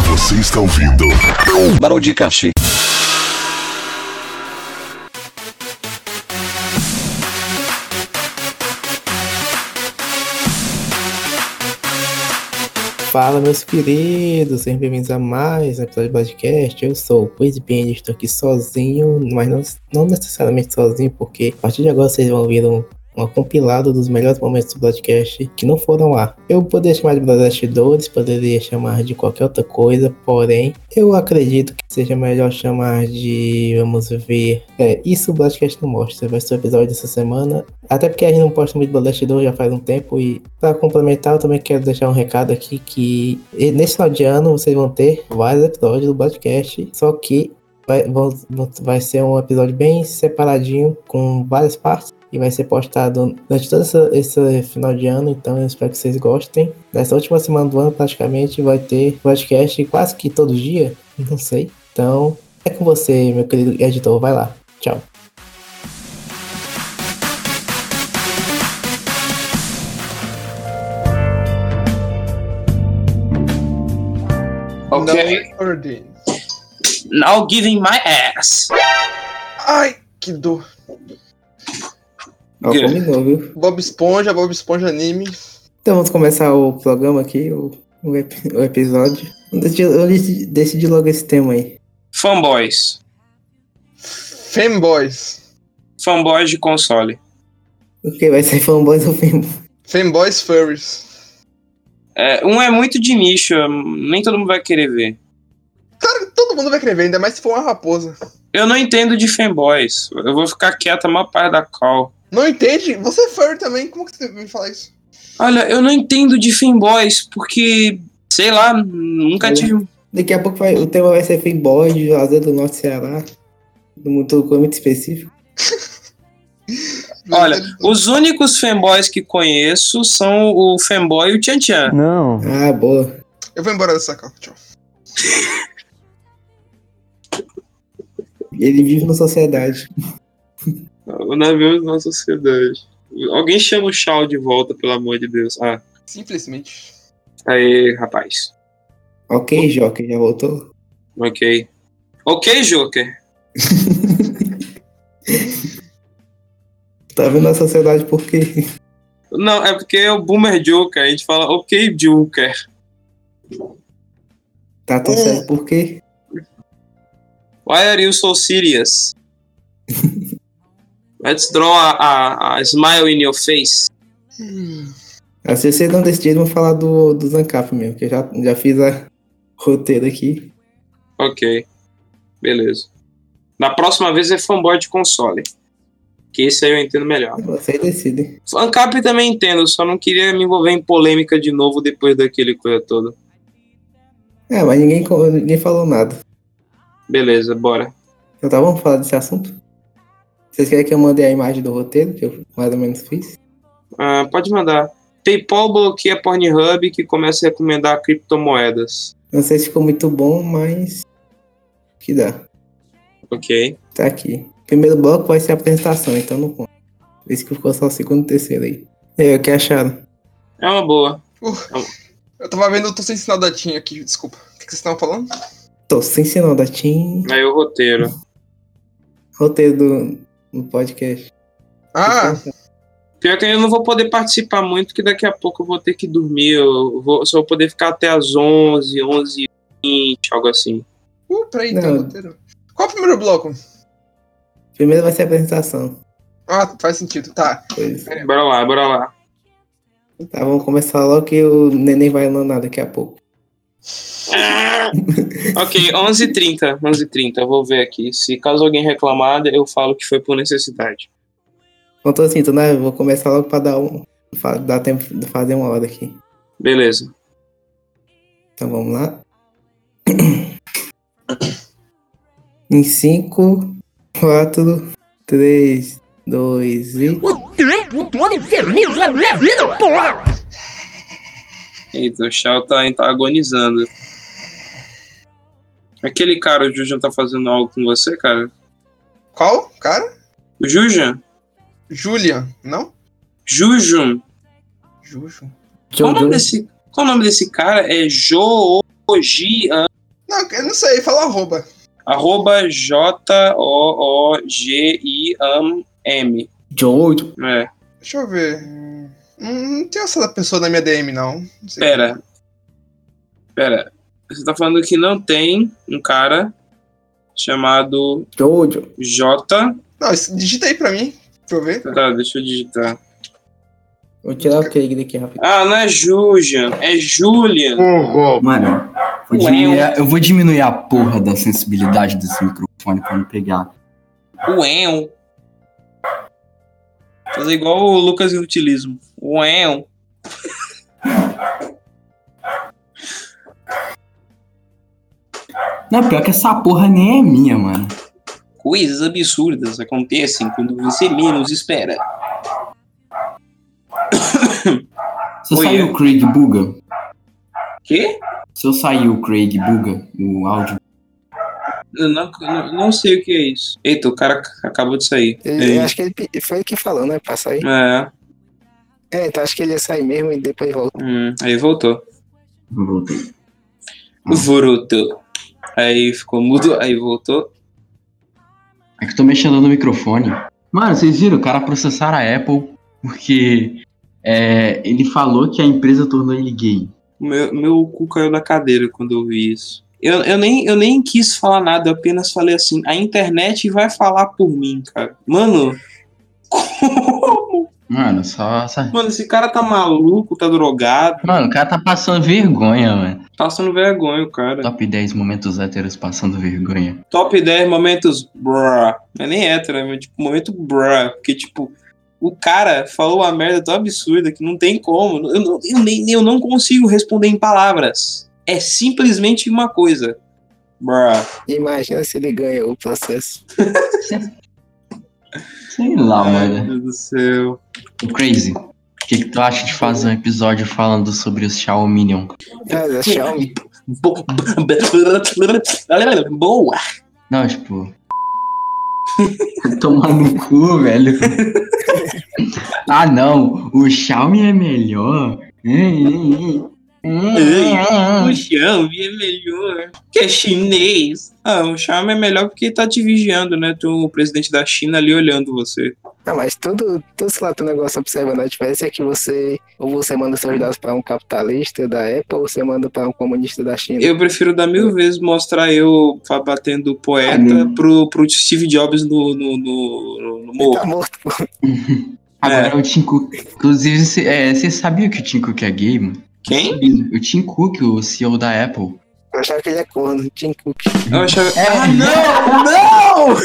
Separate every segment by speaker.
Speaker 1: Você está ouvindo
Speaker 2: Barão de Cachê.
Speaker 3: Fala, meus queridos, sejam bem-vindos a mais um episódio do podcast. Eu sou o Quiz Ben, estou aqui sozinho, mas não, não necessariamente sozinho, porque a partir de agora vocês vão ouvir um, uma compilada dos melhores momentos do podcast que não foram lá. Eu poderia chamar de Broadcast 2, poderia chamar de qualquer outra coisa, porém, eu acredito que seja melhor chamar de. Vamos ver. É, isso o Broadcast não mostra, vai ser o episódio dessa semana. Até porque a gente não posta muito Broadcast 2 já faz um tempo e, para complementar, eu também quero deixar um recado aqui que nesse final de ano vocês vão ter vários episódios do podcast, só que. Vai, vão- vão- vai ser um episódio bem separadinho, com várias partes e vai ser postado durante todo essa- esse final de ano, então eu espero que vocês gostem. Nessa última semana do ano, praticamente, vai ter podcast quase que todo dia, não sei. Então, é com você, meu querido editor, vai lá. Tchau.
Speaker 4: Ok.
Speaker 5: No ordem.
Speaker 4: Now giving my ass.
Speaker 5: Ai, que dor.
Speaker 3: Ó,
Speaker 4: Yeah.
Speaker 3: combinou, viu?
Speaker 5: Bob Esponja, Bob Esponja anime.
Speaker 3: Então vamos começar o programa aqui, o, o, ep- o episódio. Eu decidi, eu decidi- decidi logo esse tema aí.
Speaker 4: Fanboys.
Speaker 5: Femboys.
Speaker 4: Fanboys de console.
Speaker 3: O que vai ser fanboys ou fanboys?
Speaker 5: Femboys furries.
Speaker 4: É, um é muito de nicho, nem todo mundo vai querer ver.
Speaker 5: Cara, todo mundo vai escrever, ainda mais se for uma raposa.
Speaker 4: Eu não entendo de fanboys. Eu vou ficar quieto a maior parte da call.
Speaker 5: Não entende? Você é furry também, como que você me fala isso?
Speaker 4: Olha, eu não entendo de fanboys porque, sei lá, nunca
Speaker 3: Olha.
Speaker 4: tive. um-
Speaker 3: Daqui a pouco vai- o tema vai ser fanboy de Juazeiro do Norte Ceará. Do mundo muito específico.
Speaker 4: Olha, os únicos fanboys que conheço são o fanboy e o Tchan Tchan.
Speaker 6: Não.
Speaker 3: Ah, boa.
Speaker 5: Eu vou embora dessa capa, tchau.
Speaker 3: Ele vive na sociedade.
Speaker 4: O navio da sociedade. Alguém chama o Shaw de volta, pelo amor de Deus. Ah,
Speaker 5: Simplesmente.
Speaker 4: aí, rapaz.
Speaker 3: Ok, Joker, já voltou?
Speaker 4: Ok. Ok, Joker.
Speaker 3: Tá vendo a sociedade porque.
Speaker 4: Não, é porque é o Boomer Joker. A gente fala ok, Joker.
Speaker 3: Tá tão
Speaker 5: É.
Speaker 3: certo porque.
Speaker 4: Why are you so serious? Let's draw a, a, a smile in your face.
Speaker 3: Ah, se vocês não decidirem, eu vou falar do, do Zancap mesmo, que eu já, já fiz a roteiro aqui.
Speaker 4: Ok. Beleza. Na próxima vez é fanboy de console. Que esse aí eu entendo melhor.
Speaker 3: Vocês decidem.
Speaker 4: Ancap também entendo, só não queria me envolver em polêmica de novo depois daquele coisa toda.
Speaker 3: É, mas ninguém, co- ninguém falou nada.
Speaker 4: Beleza, bora.
Speaker 3: Então tá, vamos falar desse assunto? Vocês querem que eu mande a imagem do roteiro, que eu mais ou menos fiz?
Speaker 4: Ah, pode mandar. PayPal bloqueia Pornhub que começa a recomendar criptomoedas.
Speaker 3: Não sei se ficou muito bom, mas. Que dá.
Speaker 4: Ok.
Speaker 3: Tá aqui. Primeiro bloco vai ser a apresentação, então não conta. Esse que ficou só o segundo e terceiro aí. E aí, o que acharam?
Speaker 4: É uma boa.
Speaker 5: Eu tava vendo, eu tô sem sinal da Tim aqui, desculpa. O que que vocês estavam falando?
Speaker 3: Tô sem sinal da Tim.
Speaker 4: Aí o roteiro.
Speaker 3: Roteiro do, do podcast.
Speaker 5: Ah,
Speaker 4: Pior que eu não vou poder participar muito, que daqui a pouco eu vou ter que dormir. Eu vou, só vou poder ficar até as 11, 11 20, algo assim.
Speaker 5: uh, peraí, tem um
Speaker 3: Não.
Speaker 5: roteiro. Qual é o primeiro bloco?
Speaker 3: Primeiro vai ser a apresentação.
Speaker 5: Ah, faz sentido, tá.
Speaker 3: Pois.
Speaker 4: Bora lá, bora lá.
Speaker 3: Tá, vamos começar logo que o neném vai andar daqui a pouco.
Speaker 4: Ok, 11h30. 11h30, eu vou ver aqui. Se caso alguém reclamar, eu falo que foi por necessidade.
Speaker 3: Então tô assim, então, né? eu Vou começar logo pra dar um. fa- Dar tempo de fazer uma hora aqui.
Speaker 4: Beleza.
Speaker 3: Então vamos lá. em 5, 4, 3, 2 e.
Speaker 4: Eita, o Shao tá antagonizando. Aquele cara, o Jujan, tá fazendo algo com você, cara?
Speaker 5: Qual? Cara?
Speaker 4: O Jujan?
Speaker 5: Julia, não?
Speaker 4: Jujun.
Speaker 5: Juju.
Speaker 4: Qual o nome desse, qual o nome desse cara? É Joji.
Speaker 5: Não, eu não sei, fala arroba.
Speaker 4: Arroba J-O-O-G-I-A-M.
Speaker 1: Jojo.
Speaker 4: É,
Speaker 5: Deixa eu ver. Hum, Não tem essa pessoa na minha DM, não. não sei.
Speaker 4: pera. Pera. Você tá falando que não tem um cara chamado
Speaker 1: Jojo.
Speaker 4: J.
Speaker 5: Não, isso- digita aí pra mim, pra eu ver.
Speaker 4: Tá, deixa eu digitar.
Speaker 3: Vou tirar o Craig daqui rápido.
Speaker 4: Ah, não é Julian, é Julian.
Speaker 1: Mano, vou diminuir a- eu vou diminuir a porra da sensibilidade desse microfone pra não pegar.
Speaker 4: Uéu. Fazer igual o Lucas Inutilismo. Uéu.
Speaker 1: Não, pior que essa porra nem é minha, mano.
Speaker 4: Coisas absurdas acontecem quando você menos espera.
Speaker 1: Se eu
Speaker 4: Oi,
Speaker 1: sair
Speaker 4: é.
Speaker 1: o Craig buga,
Speaker 4: Quê?
Speaker 1: se eu sair o Craig buga, o áudio.
Speaker 4: Eu não, não, não sei o que é isso. Eita, o cara ac- acabou de sair.
Speaker 2: Ele,
Speaker 4: É.
Speaker 2: acho que ele pe- foi ele que falou, né? Pra sair.
Speaker 4: É,
Speaker 2: É, então acho que ele ia sair mesmo e depois volta.
Speaker 4: hum, aí voltou.
Speaker 1: Voltei.
Speaker 4: Voltou. Aí ficou mudo, aí voltou.
Speaker 1: É que eu tô mexendo no microfone. Mano, vocês viram? O cara processaram a Apple porque é, ele falou que a empresa tornou ele gay.
Speaker 4: O Meu, meu cu caiu da cadeira quando eu vi isso. Eu, eu, nem, eu nem quis falar nada, eu apenas falei assim: a internet vai falar por mim, cara. Mano,
Speaker 1: Mano, só. só-
Speaker 4: mano, esse cara tá maluco, tá drogado,
Speaker 1: Mano, o cara tá passando vergonha, mano.
Speaker 4: passando vergonha, o cara.
Speaker 1: Top 10 momentos héteros passando vergonha.
Speaker 4: Top 10 momentos bruh. Não é nem hétero, é tipo, momento bruh. Porque, tipo, o cara falou uma merda tão absurda que não tem como. Eu não, eu nem, eu não consigo responder em palavras. É simplesmente uma coisa. Bruh.
Speaker 2: Imagina se ele ganha o processo.
Speaker 1: Sei lá,
Speaker 4: Ai,
Speaker 1: Ah, mano.
Speaker 4: Deus do céu.
Speaker 1: O Crazy, o que, que tu acha de fazer um episódio falando sobre os Xiaomi? Minion?
Speaker 2: Cara, a Xiaomi.
Speaker 4: Bo- Boa.
Speaker 1: Não, tipo. Tomar no cu, velho. ah, não. O Xiaomi é melhor. Hum, hum, hum. Hum, hum,
Speaker 4: O
Speaker 1: hum.
Speaker 4: Xiaomi é melhor. Que é chinês. Ah, o Xiaomi é melhor porque tá te vigiando, né? Tem o presidente da China ali olhando você.
Speaker 2: Não, Ah, mas tudo, tudo sei lá, teu negócio observando a diferença é que você, ou você manda seus dados pra um capitalista da Apple, ou você manda pra um comunista da China.
Speaker 4: Eu prefiro dar mil vezes mostrar eu fa- batendo
Speaker 1: Ah,
Speaker 4: poeta
Speaker 1: meu.
Speaker 4: pro, pro Steve Jobs no, no, no, no- no
Speaker 2: Ele
Speaker 4: morro.
Speaker 2: tá morto. pô.
Speaker 1: Agora é o Tim Cook. Inclusive, você sabia que o Tim Cook é gay, mano?
Speaker 4: Quem?
Speaker 1: O Tim Cook, o CEO da Apple.
Speaker 2: Eu achava que ele é corno, Tim Cook.
Speaker 4: Eu achava...
Speaker 1: É.
Speaker 4: Ah, não! Não!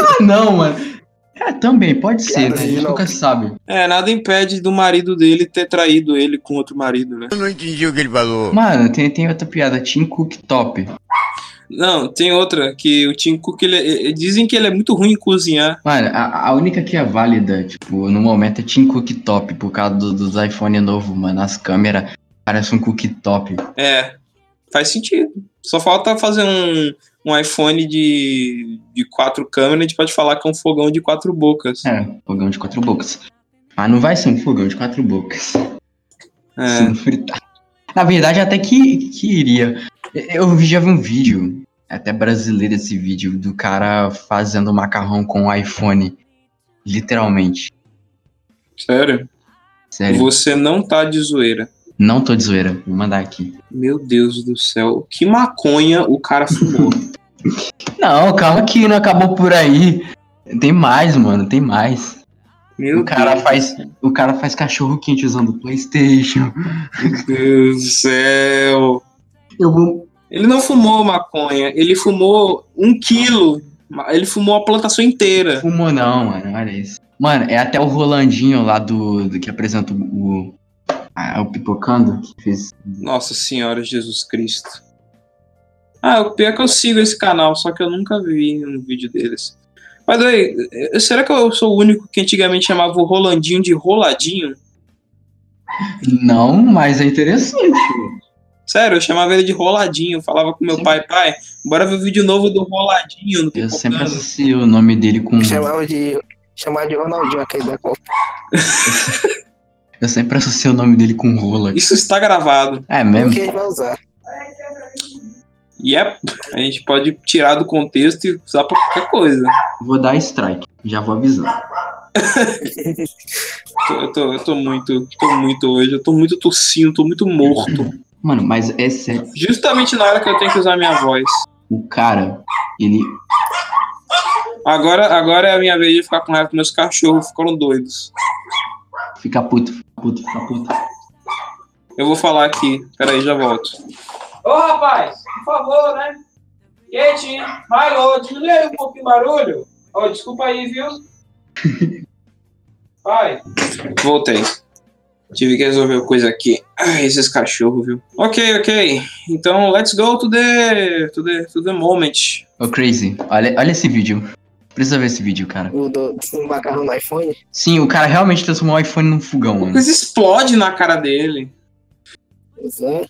Speaker 1: Ah, não, mano. É, também, pode ser, né?
Speaker 2: Piadas
Speaker 1: A gente
Speaker 2: de
Speaker 1: nunca sabe.
Speaker 4: É, nada impede do marido dele ter traído ele com outro marido, né?
Speaker 6: Eu não entendi o que ele falou.
Speaker 1: Mano, tem, tem outra piada, Tim Cook top.
Speaker 4: Não, tem outra, que o Tim Cook, ele, é- é- dizem que ele é muito ruim em cozinhar.
Speaker 1: Mano, a, a única que é válida, tipo, no momento é Tim Cook top, por causa do- dos iPhone novo, mano. As câmeras parecem um Cook top.
Speaker 4: É, faz sentido. Só falta fazer um, um iPhone de, de quatro câmeras, a gente pode falar que é um fogão de quatro bocas.
Speaker 1: É, fogão de quatro bocas. Mas não vai ser um fogão de quatro bocas. Se
Speaker 4: É.
Speaker 1: não fritar. Na verdade, até que, que iria. Eu já vi um vídeo, até brasileiro esse vídeo, do cara fazendo macarrão com um iPhone. Literalmente.
Speaker 4: Sério?
Speaker 1: Sério.
Speaker 4: Você não tá de zoeira.
Speaker 1: Não tô de zoeira. Vou mandar aqui.
Speaker 4: Meu Deus do céu, que maconha o cara fumou.
Speaker 1: Não, calma que não acabou por aí. Tem mais, mano. Tem mais.
Speaker 4: Meu
Speaker 1: O cara
Speaker 4: Deus,
Speaker 1: faz, o cara faz cachorro quente usando o PlayStation.
Speaker 4: Deus do céu.
Speaker 1: Eu vou.
Speaker 4: Ele não fumou maconha, ele fumou um quilo. Ele fumou a plantação inteira.
Speaker 1: Fumou não, mano. Olha isso. Mano, é até o Rolandinho lá do, do que apresenta o a- o pipocando que fez.
Speaker 4: Nossa Senhora Jesus Cristo. Ah, o pior é que eu sigo esse canal, só que eu nunca vi um vídeo deles. Mas daí, eh, será que eu sou o único que antigamente chamava o Rolandinho de Roladinho?
Speaker 1: Não, mas é interessante.
Speaker 4: Sério, eu chamava ele de Roladinho. Eu falava com meu
Speaker 1: Sim.
Speaker 4: pai, pai, bora ver o vídeo novo do Roladinho. no
Speaker 1: Eu sempre
Speaker 4: Pipocando."
Speaker 1: associo o nome dele com.
Speaker 3: é
Speaker 2: Chamava de. Chamava de Ronaldinho, aquele da Copa.
Speaker 1: Eu sempre associo o nome dele com rola.
Speaker 4: Isso está gravado.
Speaker 1: É
Speaker 2: O
Speaker 1: mesmo?
Speaker 2: que ele vai usar?
Speaker 4: Yep. é, A gente pode tirar do contexto e usar pra qualquer coisa.
Speaker 1: Vou dar strike, já vou avisando.
Speaker 4: Tô- Eu tô, eu tô muito, tô muito hoje, eu tô muito tossindo, tô muito morto.
Speaker 1: Mano, mas é sério,
Speaker 4: Justamente na hora que eu tenho que usar minha voz.
Speaker 1: o cara, ele.
Speaker 4: Agora, agora é a minha vez de ficar com raiva com meus cachorros, ficaram doidos.
Speaker 1: Fica puto, fica puto, fica puto.
Speaker 4: Eu vou falar aqui, peraí, já volto.
Speaker 7: Ô rapaz, por favor, né? Quietinho, vai logo, diminui aí um pouquinho o barulho. Ó, desculpa aí, viu? Vai.
Speaker 4: Voltei. Tive que resolver coisa aqui. Ai, esses cachorros, viu? Ok, ok. Então, let's go to the, to the, to the moment.
Speaker 1: Ô, Crazy, olha, olha esse vídeo. Precisa ver esse vídeo, cara.
Speaker 3: O do, do macarrão no iPhone?
Speaker 1: Sim, o cara realmente transformou o iPhone num fogão, mano.
Speaker 4: Mas explode na cara dele.
Speaker 3: Pois é.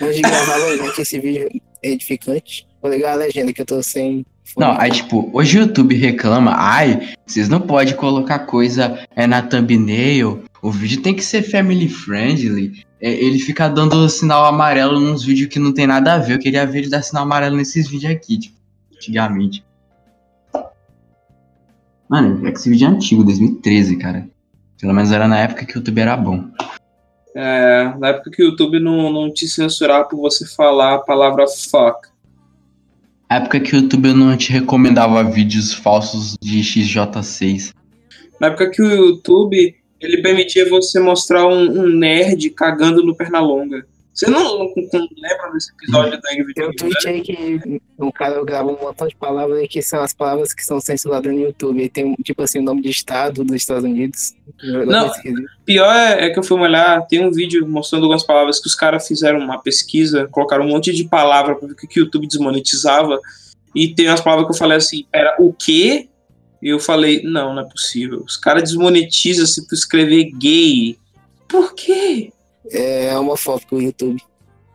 Speaker 3: Antes de gravar, vou olhar que esse vídeo é edificante. Vou ligar a legenda que eu tô sem. fone.
Speaker 1: Não, aí tipo, hoje o YouTube reclama, ai, vocês não podem colocar coisa é, na thumbnail, o vídeo tem que ser family friendly. É, ele fica dando sinal amarelo nos vídeos que não tem nada a ver. Eu queria ver ele dar sinal amarelo nesses vídeos aqui, tipo, antigamente. Mano, é que esse vídeo é antigo, 2013, cara. Pelo menos era na época que o YouTube era bom.
Speaker 4: É, na época que o YouTube não, não te censurava por você falar a palavra fuck.
Speaker 1: Na época que o YouTube não te recomendava vídeos falsos de XJ6.
Speaker 4: Na época que o YouTube ele permitia você mostrar um, um nerd cagando no Pernalonga. Você não, não, não lembra desse episódio da né? Ingrid?
Speaker 3: Tem um tweet aí que um cara grava um montão de palavras aí que são as palavras que são censuradas no YouTube. E tem, tipo assim, o nome de estado dos Estados Unidos.
Speaker 4: Não. Pior é, é que eu fui olhar, tem um vídeo mostrando algumas palavras que os caras fizeram uma pesquisa, colocaram um monte de palavra para ver o que que o YouTube desmonetizava. E tem umas palavras que eu falei assim, era o quê? E eu falei, não, não é possível. Os caras desmonetizam se tu escrever gay. Por quê?
Speaker 3: É homofóbico o YouTube.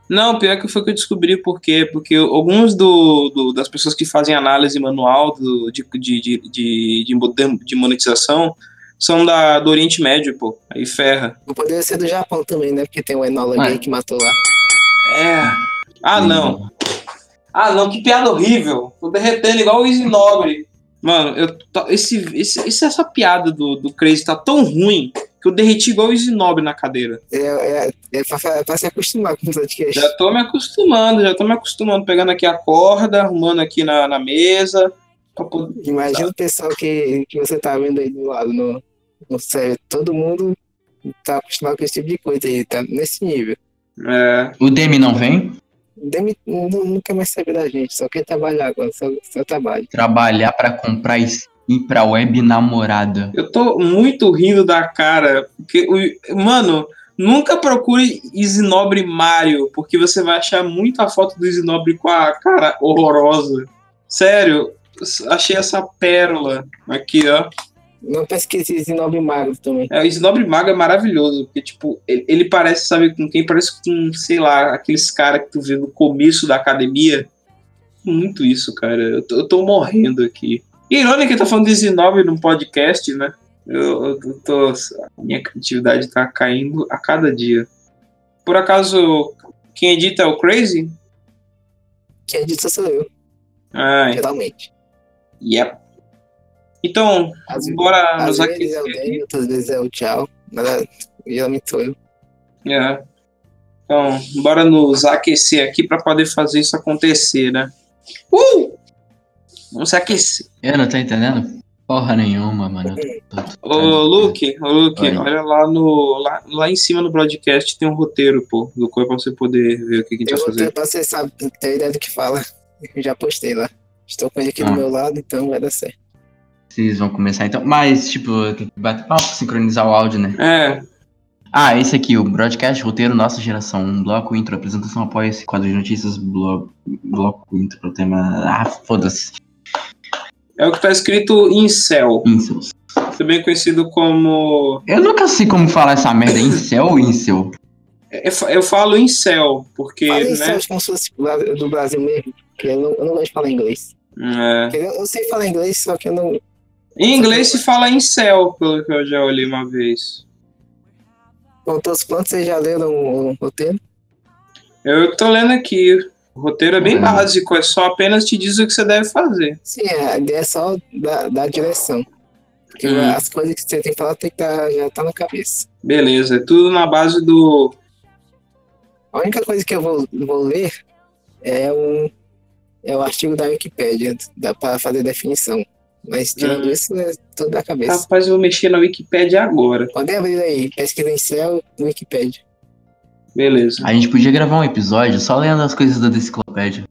Speaker 4: Não, pior que foi que eu descobri por quê. Porque alguns do, do- das pessoas que fazem análise manual do, de, de, de, de, de mo- de monetização são da, do Oriente Médio, pô. Aí ferra.
Speaker 3: Ou Poderia ser do Japão também, né? Porque tem um enólogo
Speaker 1: Ah.
Speaker 3: aí que matou lá.
Speaker 4: É.
Speaker 1: Hum.
Speaker 4: Ah, não. Ah, não, que piada horrível. Tô derretendo igual o Easy Nobre. Mano, eu, tá- esse, esse, esse- essa piada do, do Crazy tá tão ruim que eu derreti igual o Easy Nobre na cadeira.
Speaker 3: É, é, é pra, fa- pra se acostumar com os podcasts.
Speaker 4: Já tô me acostumando, já tô me acostumando. Pegando aqui a corda, arrumando aqui na, na mesa. pra poder-
Speaker 3: Imagina o pessoal que, que você tá vendo aí do lado no, no sério. Todo mundo tá acostumado com esse tipo de coisa aí, tá nesse nível.
Speaker 4: É,
Speaker 1: O Demi não vem?
Speaker 3: Demi, nu- nunca mais sabe da gente, só quer trabalhar agora, só, só trabalha.
Speaker 1: trabalhar pra comprar e ir pra web namorada.
Speaker 4: eu tô muito rindo da cara. Porque, o- mano, nunca procure Easy Nobre Mario, porque você vai achar muita foto do Easy Nobre com a cara horrorosa. Sério, s- achei essa pérola aqui, ó.
Speaker 3: Não pesquise esse nome magro também.
Speaker 4: É, o Easy Nobre Mago é maravilhoso, porque, tipo, ele, ele parece, sabe, com quem? Parece com, sei lá, aqueles caras que tu vê no começo da academia. Muito isso, cara. Eu tô, eu tô morrendo aqui. E irônico que tá falando de Easy Nobre num podcast, né? Eu, eu tô. A minha criatividade tá caindo a cada dia. Por acaso, quem edita é o Crazy?
Speaker 3: Quem edita sou eu,
Speaker 4: Ai,
Speaker 3: geralmente.
Speaker 4: Ah, yep. Então,
Speaker 3: Às,
Speaker 4: bora
Speaker 3: às
Speaker 4: nos
Speaker 3: vezes é o
Speaker 4: aquecer.
Speaker 3: Demi, outras vezes é o tchau. Mas, ah, geralmente sou eu.
Speaker 4: É. Então, bora nos aquecer aqui pra poder fazer isso acontecer, né? Uh! Vamos se aquecer.
Speaker 1: Eu não tô entendendo porra nenhuma, mano. Eu tô- tô- tô-
Speaker 4: Ô, Luke, ô, Luke,
Speaker 1: Tá Oi.
Speaker 4: olha lá no. Lá, lá em cima no broadcast tem um roteiro, pô, do qual é pra você poder ver o que, que a gente tá
Speaker 3: Eu
Speaker 4: vai
Speaker 3: vou
Speaker 4: fazer.
Speaker 3: ter pra você saber, ter ideia do que fala. Eu já postei lá. Estou com ele aqui
Speaker 1: Ah.
Speaker 3: do meu lado, então vai dar certo.
Speaker 1: Vocês vão começar então. Mas, tipo, tem que bater palma pra sincronizar o áudio, né?
Speaker 4: É,
Speaker 1: Ah, esse aqui, o broadcast, roteiro, nossa geração. Um bloco, intro, apresentação, apoia esse quadro de notícias, blo- bloco, intro, tema. Ah, foda-se.
Speaker 4: é o que tá escrito Incel,
Speaker 1: Incels.
Speaker 4: também conhecido como.
Speaker 1: Eu nunca sei como falar essa merda. Incel ou incel?
Speaker 4: é- é- Eu falo Incel, porque,
Speaker 3: Fala em
Speaker 4: né?
Speaker 3: Celso como se fosse bra- do Brasil mesmo, porque eu não, eu não gosto de falar inglês.
Speaker 4: É.
Speaker 3: Eu, eu sei falar inglês, só que eu não.
Speaker 4: Em inglês se fala Incel, pelo que eu já olhei uma vez.
Speaker 3: Com todos os planos, vocês já leram o o roteiro?
Speaker 4: Eu tô lendo aqui. O roteiro é bem
Speaker 1: É.
Speaker 4: básico, é só apenas te diz o que você deve fazer.
Speaker 2: Sim, a ideia é só da, da direção. Porque
Speaker 4: Hum.
Speaker 2: as coisas que você tem que falar tem que tá, já tá na cabeça.
Speaker 4: Beleza, é tudo na base do.
Speaker 2: A única coisa que eu vou, vou ler é um é o artigo da Wikipédia, dá pra fazer definição. Mas tirando
Speaker 4: Hum.
Speaker 2: isso, é tudo da cabeça.
Speaker 4: Rapaz, eu vou mexer na Wikipédia agora.
Speaker 2: Podem abrir aí, pesquisa em céu, Wikipédia.
Speaker 4: Beleza.
Speaker 1: A gente podia gravar um episódio só lendo as coisas da enciclopédia.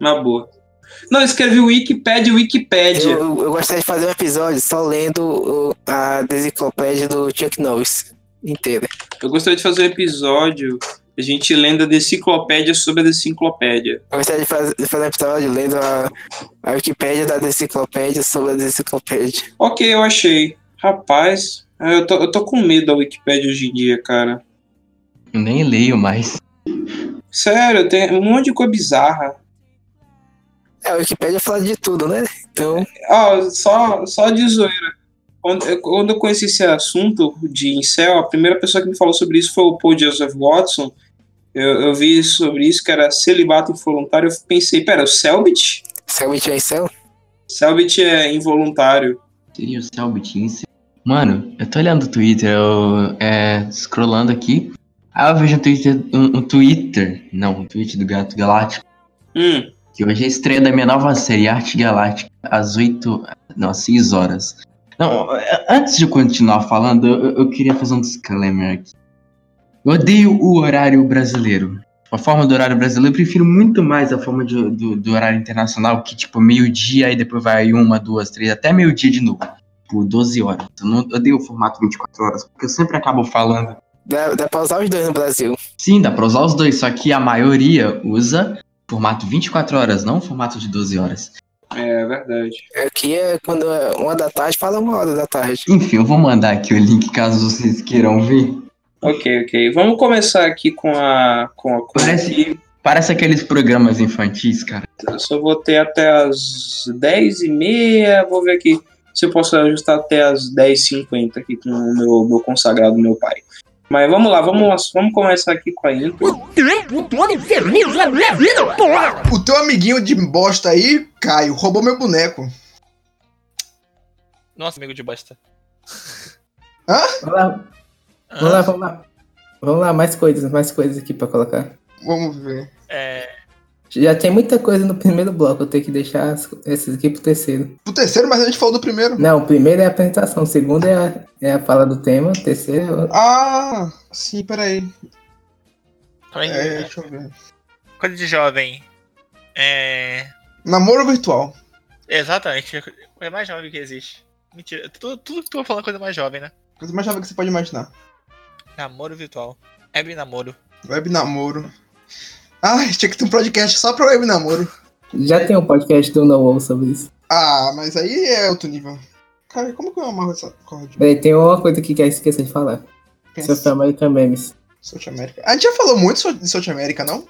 Speaker 4: Na boa. Não, escrevi Wikipédia, Wikipédia.
Speaker 2: Eu, eu gostaria de fazer um episódio só lendo o- a enciclopédia do Chuck Norris inteira.
Speaker 4: Eu gostaria de fazer um episódio. A gente lendo a deciclopédia sobre a deciclopédia.
Speaker 2: Eu gostaria de faz- de fazer um episódio lendo a, a Wikipédia da enciclopédia sobre a enciclopédia.
Speaker 4: Ok, eu achei. Rapaz, ah, eu tô, eu tô com medo da Wikipédia hoje em dia, cara.
Speaker 1: Nem leio mais.
Speaker 4: Sério, tem um monte de coisa bizarra.
Speaker 2: É, a Wikipédia fala de tudo, né? Então,
Speaker 4: Ó, Ah, só, só de zoeira. Quando eu, quando eu conheci esse assunto de incel, a primeira pessoa que me falou sobre isso foi o Paul Joseph Watson. Eu, eu vi sobre isso, que era celibato involuntário. Eu pensei, pera, o Selbit?
Speaker 2: Selbit é em céu?
Speaker 4: Selbit é involuntário.
Speaker 1: Seria o Selbit em si. Mano, eu tô olhando o Twitter, eu. É. scrollando aqui. Aí eu vejo um Twitter. Um, um Twitter. Não, um tweet do Gato Galáctico.
Speaker 4: Hum,
Speaker 1: Que hoje é a estreia da minha nova série, Arte Galáctica, às 8. Não, às 6 horas. Não, é, antes de eu continuar falando, eu, eu queria fazer um disclaimer aqui. Eu odeio o horário brasileiro. A forma do horário brasileiro, eu prefiro muito mais a forma de- do, do horário internacional, que tipo, meio-dia e depois vai uma, duas, três, até meio-dia de novo. Por 12 horas. Eu não odeio o formato 24 horas, porque eu sempre acabo falando
Speaker 2: Dá, dá pra usar os dois no Brasil.
Speaker 1: Sim, dá pra usar os dois, só que a maioria usa formato 24 horas, não formato de 12 horas.
Speaker 4: é verdade.
Speaker 2: Aqui é quando é uma da tarde, fala uma hora da tarde.
Speaker 1: Enfim, eu vou mandar aqui o link caso vocês queiram ver.
Speaker 4: Ok, ok. Vamos começar aqui com a. Com a com
Speaker 1: Parece- Parece aqueles programas infantis, cara.
Speaker 4: Eu só vou ter até as 10h30. Vou ver aqui se eu posso ajustar até as 10h50 aqui com o meu, meu consagrado, meu pai. Mas vamos lá, vamos, vamos começar aqui com a intro.
Speaker 5: O teu amiguinho de bosta aí, Caio, roubou meu boneco.
Speaker 8: Nossa, amigo de bosta.
Speaker 3: Vamos lá, vamos lá,
Speaker 8: Ah,
Speaker 3: vamos lá. Vamos lá, mais coisas, mais coisas aqui pra colocar.
Speaker 5: Vamos ver.
Speaker 8: é,
Speaker 3: Já tem muita coisa no primeiro bloco, eu tenho que deixar as- esses aqui pro terceiro.
Speaker 5: O terceiro, mas a gente falou do primeiro.
Speaker 3: Não, o primeiro é a apresentação, o segundo é a, é a fala do tema, o terceiro é
Speaker 5: Ah, sim, peraí.
Speaker 8: como é que-
Speaker 5: É, deixa eu ver.
Speaker 8: Coisa de jovem. É.
Speaker 5: Namoro virtual.
Speaker 8: Exatamente. É a coisa mais jovem que existe. Mentira. Tudo, tudo que tu vai falar é coisa mais jovem, né?
Speaker 5: Coisa mais jovem que você pode imaginar.
Speaker 8: Namoro virtual. Web namoro.
Speaker 5: Web namoro. Ai, tinha que ter um podcast só pra web namoro.
Speaker 3: Já tem um podcast do No Wall sobre isso.
Speaker 5: Ah, mas aí é outro nível. Cara, como que eu amarro essa corda? de
Speaker 3: Peraí, tem uma coisa aqui que eu esqueci de falar.
Speaker 5: pensa?
Speaker 3: Sobre American Memes.
Speaker 5: South America. A gente já falou muito so- de South America, não?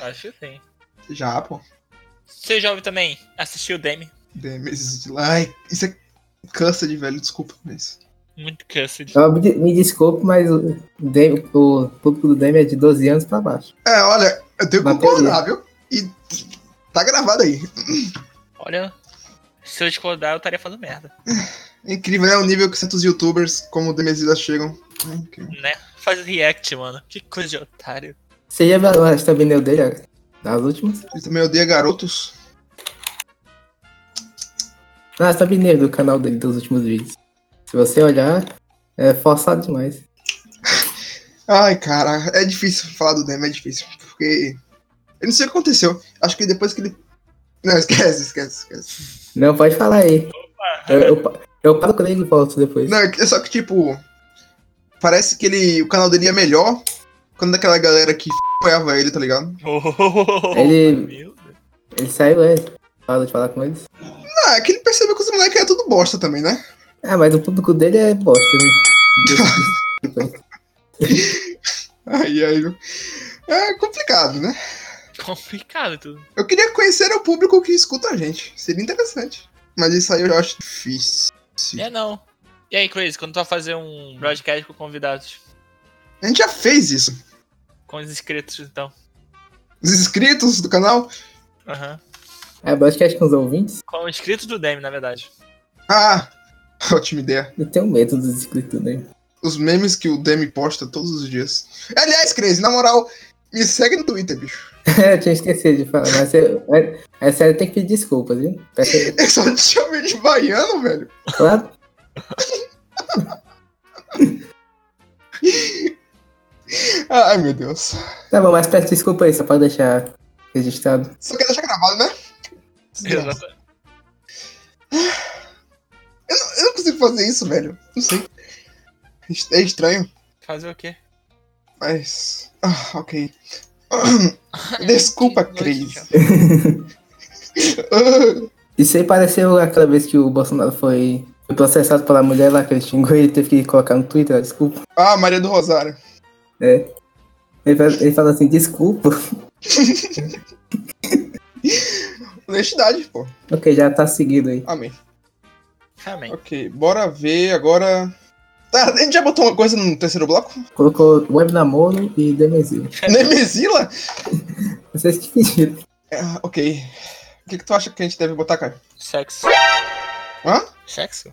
Speaker 8: Acho que sim.
Speaker 5: Já, pô.
Speaker 8: Ser jovem também. Assistiu o Demi.
Speaker 5: Demesis de lá. Ai, isso é custard, velho. Desculpa, mas.
Speaker 8: Muito cussed.
Speaker 3: Ó, me, de- me desculpe, mas o, Dem- o público do Demi é de 12 anos pra baixo.
Speaker 5: É, olha, eu tenho que
Speaker 3: Bateria.
Speaker 5: concordar, viu? E tá gravado aí.
Speaker 8: Olha. Se eu discordar, eu estaria fazendo merda.
Speaker 5: É incrível, né? O nível que certos youtubers como o Demesidas chegam. É incrível.
Speaker 8: Né? Faz react, mano. Que coisa de otário.
Speaker 3: Você já viu a thumbnail dele, ó, das últimas?
Speaker 5: Ele também odeia garotos.
Speaker 3: Ah, a thumbnail do canal dele, dos últimos vídeos. Se você olhar, é forçado demais.
Speaker 5: Ai, cara, é difícil falar do Demi, é difícil. Porque. Eu não sei o que aconteceu. Acho que depois que ele. Não, esquece, esquece, esquece.
Speaker 3: Não, pode falar aí. Eu, eu, pa- eu paro com ele e volto depois.
Speaker 5: Não, é só que, tipo. Parece que ele. O canal dele é melhor quando aquela galera que apoiava ele, tá ligado?
Speaker 3: Ele-
Speaker 8: Meu Deus.
Speaker 3: Ele saiu, é. Parou de falar com eles.
Speaker 5: Não, é que ele percebeu que os moleques é tudo bosta também, né?
Speaker 3: Ah, mas o público dele é bosta, né?
Speaker 5: Aí, aí. viu? É complicado, né?
Speaker 8: Complicado tudo.
Speaker 5: Eu queria conhecer o público que escuta a gente. Seria interessante. Mas isso aí eu acho difícil.
Speaker 8: É não. E aí, Crazy, quando tu vai fazer um broadcast com convidados?
Speaker 5: A gente já fez isso.
Speaker 8: Com os inscritos, então.
Speaker 5: Os inscritos do canal?
Speaker 8: Aham.
Speaker 3: É broadcast com os ouvintes?
Speaker 8: Com os inscritos do Demi, na verdade.
Speaker 5: Ah, ótima ideia.
Speaker 3: Eu tenho medo dos inscritos, né?
Speaker 5: Os memes que o Demi posta todos os dias. Aliás, Crazy, na moral, me segue no Twitter, bicho.
Speaker 3: eu tinha esquecido de falar, mas eu, é, é sério, tem que pedir desculpas, viu? Peço-
Speaker 5: Eu É só te chamei de baiano, velho.
Speaker 3: Claro,
Speaker 5: Ai, meu Deus.
Speaker 3: tá bom, mas peço desculpa aí, só pode deixar registrado.
Speaker 5: Só quer deixar gravado, né?
Speaker 8: Exato.
Speaker 5: Eu não, eu não consigo fazer isso, velho. Não sei. É estranho,
Speaker 8: Fazer o quê?
Speaker 5: mas. Ah, ok. Desculpa,
Speaker 8: Que
Speaker 5: Cris.
Speaker 8: nojo, cara.
Speaker 5: Ah,
Speaker 3: Isso aí pareceu aquela vez que o Bolsonaro foi foi processado pela mulher lá que ele xingou e teve que colocar no Twitter, desculpa.
Speaker 5: Ah, Maria do Rosário.
Speaker 3: Ele, fala- ele fala assim, desculpa.
Speaker 5: Honestidade, pô.
Speaker 3: Ok, já tá seguido aí.
Speaker 5: Amém.
Speaker 8: Amém.
Speaker 5: Ok, bora ver agora. Tá, a gente já botou uma coisa no terceiro bloco?
Speaker 3: Colocou web namoro e demesil.
Speaker 5: Nemesila?
Speaker 3: Vocês que pediram.
Speaker 5: É, ok. O que, que tu acha que a gente deve botar, cara?
Speaker 8: Sexo.
Speaker 5: Hã?
Speaker 8: Sexo?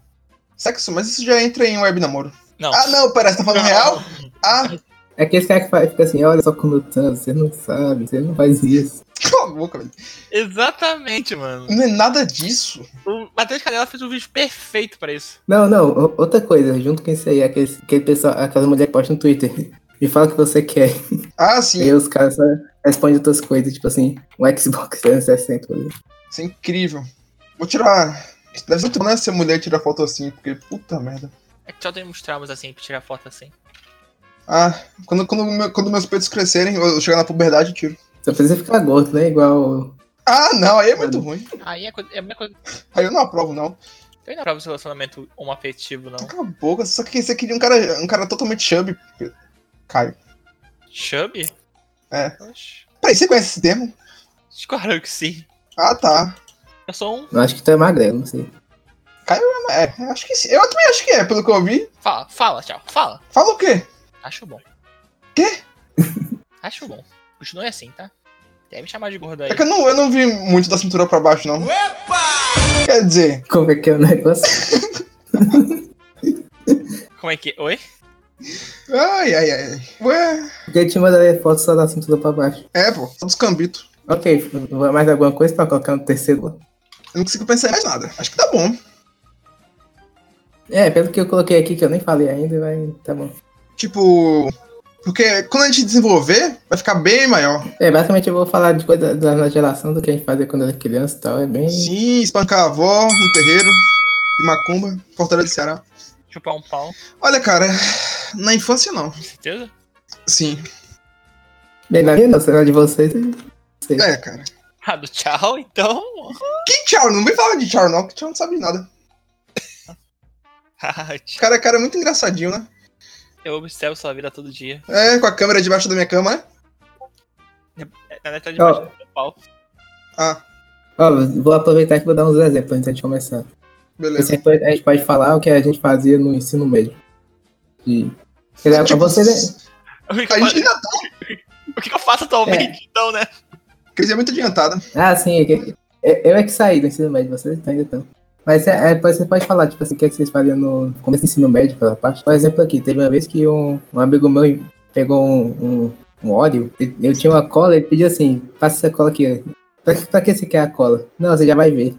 Speaker 5: Sexo, mas isso já entra em web namoro.
Speaker 8: Não.
Speaker 5: Ah, não, pera, você tá falando real? Ah,
Speaker 3: É aqueles caras que fa- fica assim, olha só como eu tanto, você não sabe, você não faz isso.
Speaker 5: cala a boca, velho.
Speaker 8: Exatamente, mano.
Speaker 5: Não é nada disso.
Speaker 8: O Matheus Canela fez um vídeo perfeito pra isso.
Speaker 3: Não, não, o- outra coisa, junto com isso aí, aqueles, aquele pessoal, aquela mulher que posta no Twitter. Me fala o que você quer.
Speaker 5: Ah,
Speaker 3: E
Speaker 5: sim.
Speaker 3: aí os caras só respondem outras coisas, tipo assim, um Xbox 360. por exemplo.
Speaker 5: Isso é incrível. Vou tirar. Deve ser muito bom, né? Se a mulher tirar foto assim, porque puta merda.
Speaker 8: É que só temos traumas assim, pra tirar foto assim.
Speaker 5: Ah, quando, quando, meu- quando meus peitos crescerem, eu chegar na puberdade, eu tiro.
Speaker 3: Só precisa ficar gordo, né? Igual.
Speaker 5: Ah, não, aí é muito ruim.
Speaker 8: Aí é, co- é a mesma coisa.
Speaker 5: Aí eu não aprovo, não.
Speaker 8: Eu não aprovo esse relacionamento homoafetivo, não.
Speaker 5: Cala a boca, só que você queria um cara, um cara totalmente chubby. Caio.
Speaker 8: Chubby?
Speaker 5: É.
Speaker 8: Oxe.
Speaker 5: Peraí, você conhece esse termo?
Speaker 8: Claro que sim.
Speaker 5: Ah, tá.
Speaker 8: Eu sou um.
Speaker 3: Eu acho que tu é magrelo, não sei.
Speaker 5: É, acho que sim. Eu também acho que é, pelo que eu ouvi.
Speaker 8: Fala, fala, tchau. Fala.
Speaker 5: Fala o quê?
Speaker 8: Acho bom.
Speaker 5: Quê?
Speaker 8: Acho bom. Continue assim, tá? Deve me chamar de gordo aí.
Speaker 5: É que eu não, eu não vi muito da cintura pra baixo, não. Quer dizer,
Speaker 3: Como é que é o negócio?
Speaker 8: Como é que. Oi?
Speaker 5: ai, ai, ai. Ué,
Speaker 3: Porque eu te mandaria foto só da cintura pra baixo.
Speaker 5: é, pô, só dos cambitos.
Speaker 3: Ok, vai mais alguma coisa pra colocar no terceiro?
Speaker 5: Eu não consigo pensar em mais nada. Acho que tá bom.
Speaker 3: É, pelo que eu coloquei aqui, que eu nem falei ainda, vai. Tá bom.
Speaker 5: Tipo. Porque quando a gente desenvolver, vai ficar bem maior.
Speaker 3: É, basicamente eu vou falar de coisa da nossa geração, do que a gente fazia quando era criança e tal. É bem.
Speaker 5: Sim, espancar a avó no terreiro, de Macumba, Fortaleza do Ceará.
Speaker 8: Chupar um pau.
Speaker 5: Olha, cara, na infância não.
Speaker 8: Com certeza?
Speaker 5: Sim.
Speaker 3: Bem, na minha não, será de vocês?
Speaker 5: É, cara.
Speaker 8: Ah, do tchau, então.
Speaker 5: Que tchau? Não me fala de tchau, não, que tchau não sabe de nada.
Speaker 8: Ah, tchau.
Speaker 5: Cara, cara, é muito engraçadinho, né?
Speaker 8: Eu observo sua vida todo dia.
Speaker 5: É, com a câmera debaixo da minha cama, né?
Speaker 8: É, Na verdade, debaixo do pau.
Speaker 5: Ah,
Speaker 3: Ó, vou aproveitar que vou dar uns exemplos antes de começar.
Speaker 5: beleza.
Speaker 3: Esse é- a gente pode falar o que a gente fazia no ensino médio. E, quer dizer,
Speaker 5: Tipo,
Speaker 3: você, né?
Speaker 8: O que, que
Speaker 5: A
Speaker 8: eu
Speaker 5: gente
Speaker 8: faço,
Speaker 5: ainda tá,
Speaker 8: o que que eu faço atualmente, então, né?
Speaker 5: quer dizer, é muito adiantada.
Speaker 3: Ah, sim, é que- é- eu é que saí do ensino médio, vocês ainda estão. Mas é, é, você pode falar, tipo assim, o que, é que vocês faziam no começo do ensino médio, pela parte. Por exemplo, aqui, teve uma vez que um, um amigo meu pegou um, um, um óleo, eu, eu tinha uma cola, ele pediu assim, passa essa cola aqui. Pra, que- pra que você quer a cola? Não, você já vai ver.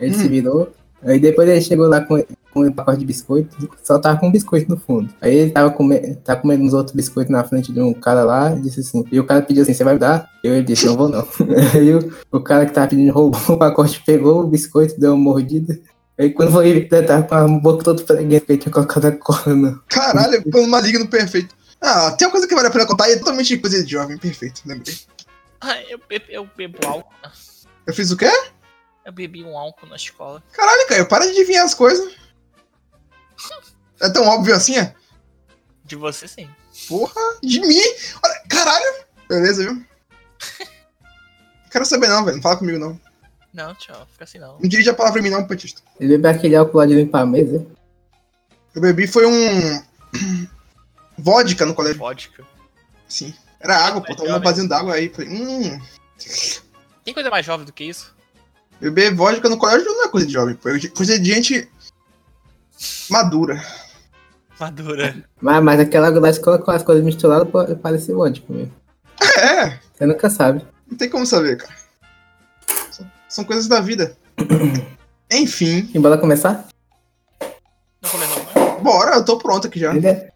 Speaker 3: Ele se
Speaker 5: Hum.
Speaker 3: virou, aí depois ele chegou lá com, com um pacote de biscoito, só tava com um biscoito no fundo. Aí ele tava, come, tava comendo uns outros biscoitos na frente de um cara lá, e disse assim, e o cara pediu assim, você vai me dar? Eu ele disse, não vou não. aí o, o cara que tava pedindo roubou o pacote, pegou o biscoito, deu uma mordida. Aí quando foi ele tava com a boca toda preguiça, porque ele tinha colocado a cola no...
Speaker 5: Caralho, plano maligno perfeito. Ah, tem uma coisa que vale a pena contar e é totalmente coisa de jovem, perfeito, lembrei.
Speaker 8: Ah, eu, bebo- eu bebo álcool.
Speaker 5: Eu fiz o quê?
Speaker 8: Eu bebi um álcool na escola.
Speaker 5: Caralho, Caio, para de adivinhar as coisas. É tão óbvio assim, é?
Speaker 8: De você, sim.
Speaker 5: Porra, de mim? Olha, caralho! Beleza, viu? Não quero saber não, velho. Não fala comigo, não.
Speaker 8: Não, tchau. Fica assim, não.
Speaker 5: Não dirige a palavra em mim, não, petista.
Speaker 3: Ele bebeu aquele álcool lá de limpar a mesa.
Speaker 5: Eu bebi foi um... Vodka no colégio.
Speaker 8: Vodka.
Speaker 5: Sim. Era água, pô. Tava um vasinho d'água aí. Falei, hum.
Speaker 8: Tem coisa mais jovem do que isso?
Speaker 5: Beber vodka no colégio não é coisa de jovem, pô. É coisa de gente. madura.
Speaker 8: Madura.
Speaker 3: Mas, mas naquela da escola com as coisas misturadas pô, parece vodka mesmo.
Speaker 5: É,
Speaker 3: Você nunca sabe.
Speaker 5: não tem como saber, cara. São- São coisas da vida. Enfim,
Speaker 3: E bora começar?
Speaker 8: Não começou mais.
Speaker 5: bora, eu tô pronto aqui já.
Speaker 3: Ainda,
Speaker 5: Tô
Speaker 3: é.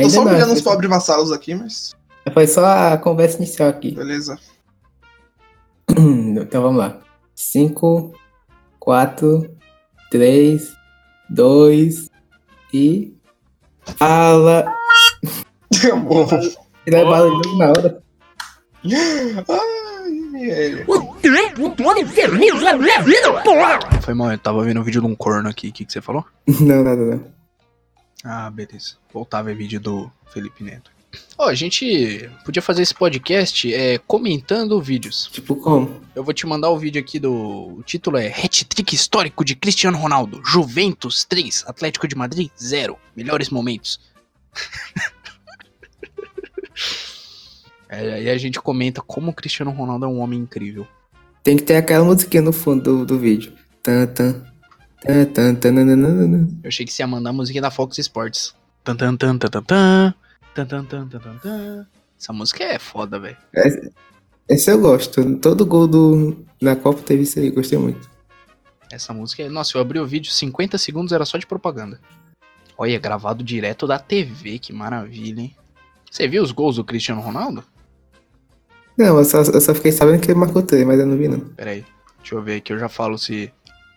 Speaker 3: ainda
Speaker 5: só humilhando os
Speaker 3: foi-
Speaker 5: pobres vassalos aqui, mas.
Speaker 3: Foi só a conversa inicial aqui.
Speaker 5: Beleza.
Speaker 3: Então vamos lá. 5, 4, 3, 2 e. Fala!
Speaker 5: Bom.
Speaker 3: Ele é barulho na hora.
Speaker 5: Ai, ele.
Speaker 9: Foi mal, eu tava vendo um vídeo de um corno aqui. O que, que você falou?
Speaker 3: Não, nada não.
Speaker 9: Ah, beleza. Voltava em vídeo do Felipe Neto. Ó, a gente podia fazer esse podcast é, comentando vídeos.
Speaker 3: Tipo como?
Speaker 9: Eu vou te mandar o vídeo aqui do. O título é Hat-Trick Histórico de Cristiano Ronaldo. Juventus 3, Atlético de Madrid 0. Melhores momentos. É, Aí a gente comenta como o Cristiano Ronaldo é um homem incrível.
Speaker 3: Tem que ter aquela musiquinha no fundo do, do vídeo. Tan, tan. Tan, tan, tan, nan, nan, nan, nan.
Speaker 9: Eu achei que você ia mandar a musiquinha da Fox Sports. Tan, tan, tan, tan, tan, tan. Tan, tan, tan, tan, tan, tan. Essa música é foda, velho.
Speaker 3: Esse eu gosto. Todo gol do, da Copa teve isso aí, gostei muito.
Speaker 9: Essa música é. Nossa, eu abri o vídeo, 50 segundos era só de propaganda. Olha, gravado direto da TV, que maravilha, hein? Você viu os gols do Cristiano Ronaldo?
Speaker 3: Não, eu só, eu só fiquei sabendo que ele marcou três, mas eu não vi não.
Speaker 9: Pera aí, deixa eu ver aqui, eu já falo se.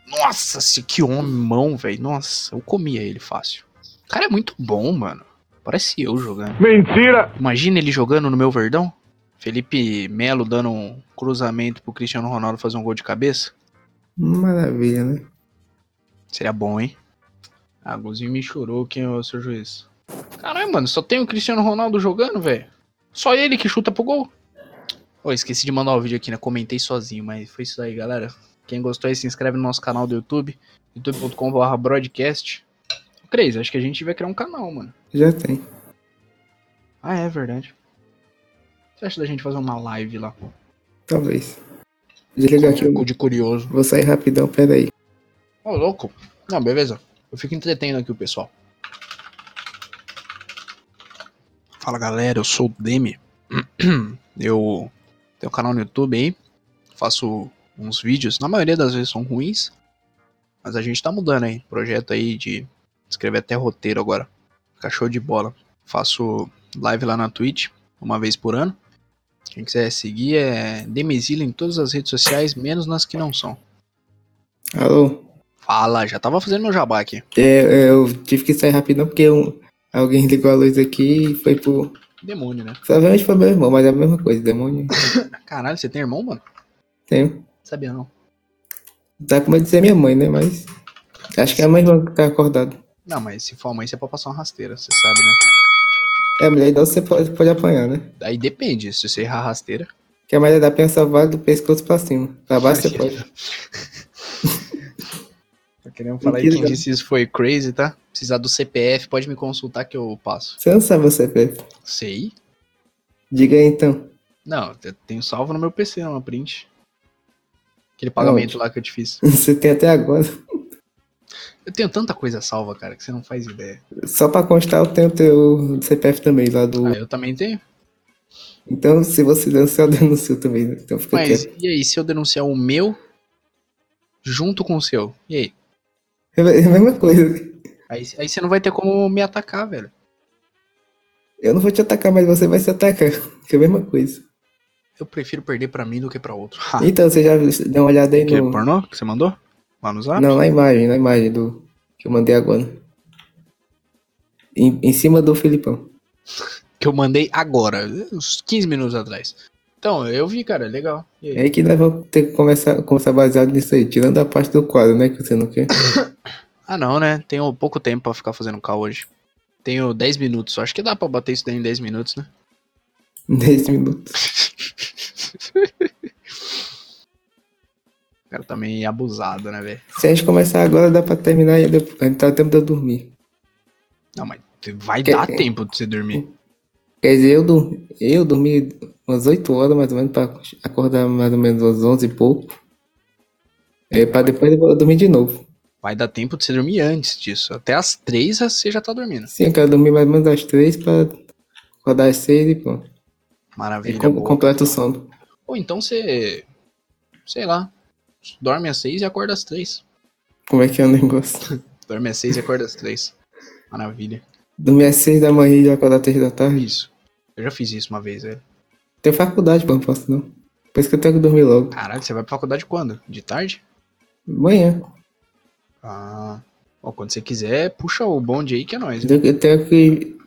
Speaker 9: Nossa, se que homem, velho. Nossa, eu comia ele fácil. O cara é muito bom, mano. Parece eu jogando. Mentira! Imagina ele jogando no meu verdão? Felipe Melo dando um cruzamento pro Cristiano Ronaldo fazer um gol de cabeça?
Speaker 3: Maravilha, né?
Speaker 9: Seria bom, hein? Ah, Gozinho me chorou, quem é o seu juiz? Caralho, mano, só tem o Cristiano Ronaldo jogando, velho. Só ele que chuta pro gol. Ô, esqueci de mandar o vídeo aqui, né? Comentei sozinho, mas foi isso aí, galera. Quem gostou aí, se inscreve no nosso canal do YouTube, youtube.com.br broadcast. Ô, Cris, acho que a gente vai criar um canal, mano.
Speaker 3: Já tem.
Speaker 9: Ah, é verdade. O que Você acha da gente fazer uma live lá?
Speaker 3: Talvez. Desliga aqui o
Speaker 9: Cu de curioso.
Speaker 3: Vou sair rapidão, peraí.
Speaker 9: Ô, louco. Não, beleza. Eu fico entretendo aqui o pessoal. Fala galera, eu sou o Demi. Eu tenho um canal no YouTube aí. Faço uns vídeos. Na maioria das vezes são ruins. Mas a gente tá mudando aí. Projeto aí de escrever até roteiro agora. Fica show de bola. Faço live lá na Twitch, uma vez por ano. Quem quiser seguir é Demizila em todas as redes sociais, menos nas que não são.
Speaker 3: Alô?
Speaker 9: Fala, já tava fazendo meu jabá aqui.
Speaker 3: É, eu tive que sair rapidão porque um- alguém ligou a luz aqui e foi pro.
Speaker 9: Demônio, né?
Speaker 3: Provavelmente foi meu irmão, mas é a mesma coisa, demônio.
Speaker 9: Caralho, você tem irmão, mano?
Speaker 3: Tem.
Speaker 9: Sabia não.
Speaker 3: Tá com medo de ser minha mãe, né? Mas. Acho que é a minha irmã que tá acordada.
Speaker 9: Não, mas se for mãe, você pode passar uma rasteira, você sabe, né?
Speaker 3: É, mulher idosa você pode, pode apanhar, né?
Speaker 9: Aí depende, se você errar a rasteira.
Speaker 3: Que a maioria da pensa vale do pescoço pra cima. Pra baixo você pode.
Speaker 9: Tô Tá querendo
Speaker 3: falar
Speaker 9: falar
Speaker 3: aí,
Speaker 9: aí
Speaker 3: quem
Speaker 9: quem disse isso foi crazy, tá? Precisar do CPF, pode me consultar que eu passo.
Speaker 3: Você não sabe você, Pedro.
Speaker 9: Sei.
Speaker 3: Diga aí então.
Speaker 9: Não, eu tenho salvo no meu PC, não, a print. Aquele pagamento lá que eu te fiz.
Speaker 3: Você tem até agora.
Speaker 9: Eu tenho tanta coisa salva, cara, que você não faz ideia.
Speaker 3: Só pra constar, eu tenho o teu CPF também lá do.
Speaker 9: Ah, eu também tenho.
Speaker 3: Então, se você denunciar, eu denuncio também. né? Então fica quieto.
Speaker 9: Mas e aí, se eu denunciar o meu junto com o seu? E aí?
Speaker 3: É a mesma coisa.
Speaker 9: Aí, aí você não vai ter como me atacar, velho.
Speaker 3: Eu não vou te atacar, mas você vai se atacar. Que é a mesma coisa.
Speaker 9: Eu prefiro perder pra mim do que pra outro.
Speaker 3: Então, você já deu uma olhada aí
Speaker 9: Ah. Que
Speaker 3: no...
Speaker 9: pornô que você mandou? Lá no zap?
Speaker 3: Não, na imagem, na imagem do... Que eu mandei agora. Em, em cima do Filipão.
Speaker 9: Que eu mandei agora, uns 15 minutos atrás. Então, eu vi, cara, legal. E aí?
Speaker 3: É aí que nós vamos ter que começar, começar baseado nisso aí. Tirando a parte do quadro, né? Que você não quer.
Speaker 9: Ah, não, né? Tenho pouco tempo pra ficar fazendo call hoje. Tenho 10 minutos. Acho que dá pra bater isso daí em 10 minutos, né?
Speaker 3: 10 minutos.
Speaker 9: O cara tá meio abusado, né, velho?
Speaker 3: Se a gente começar agora, dá pra terminar e depois... Tá o tempo de eu dormir.
Speaker 9: Não, mas vai
Speaker 3: Que-
Speaker 9: dar tempo de você dormir.
Speaker 3: Quer dizer, eu, dor- eu dormi umas 8 horas mais ou menos pra acordar mais ou menos umas 11 e pouco. É, pra depois eu dormir de novo.
Speaker 9: Vai dar tempo de você dormir antes disso. Até às três você já tá dormindo.
Speaker 3: Sim, eu quero dormir mais ou menos às 3 pra acordar às 6 e pronto. E
Speaker 9: Maravilha.
Speaker 3: com-
Speaker 9: boa.
Speaker 3: completa o sono.
Speaker 9: Ou então você. Sei lá. Dorme às seis e acorda às três.
Speaker 3: Como é que é o negócio?
Speaker 9: Dorme às seis e acorda às três. Maravilha.
Speaker 3: Dormir às 6 da manhã e já acordar às 3 da tarde.
Speaker 9: Isso. Eu já fiz isso uma vez, velho.
Speaker 3: Tenho faculdade, pô, não posso não. Por isso que eu tenho que dormir logo.
Speaker 9: Caralho, você vai pra faculdade quando? De tarde?
Speaker 3: Amanhã.
Speaker 9: Ah. Ó, quando você quiser, puxa o bonde aí que é nóis. viu?
Speaker 3: Eu eu tenho que.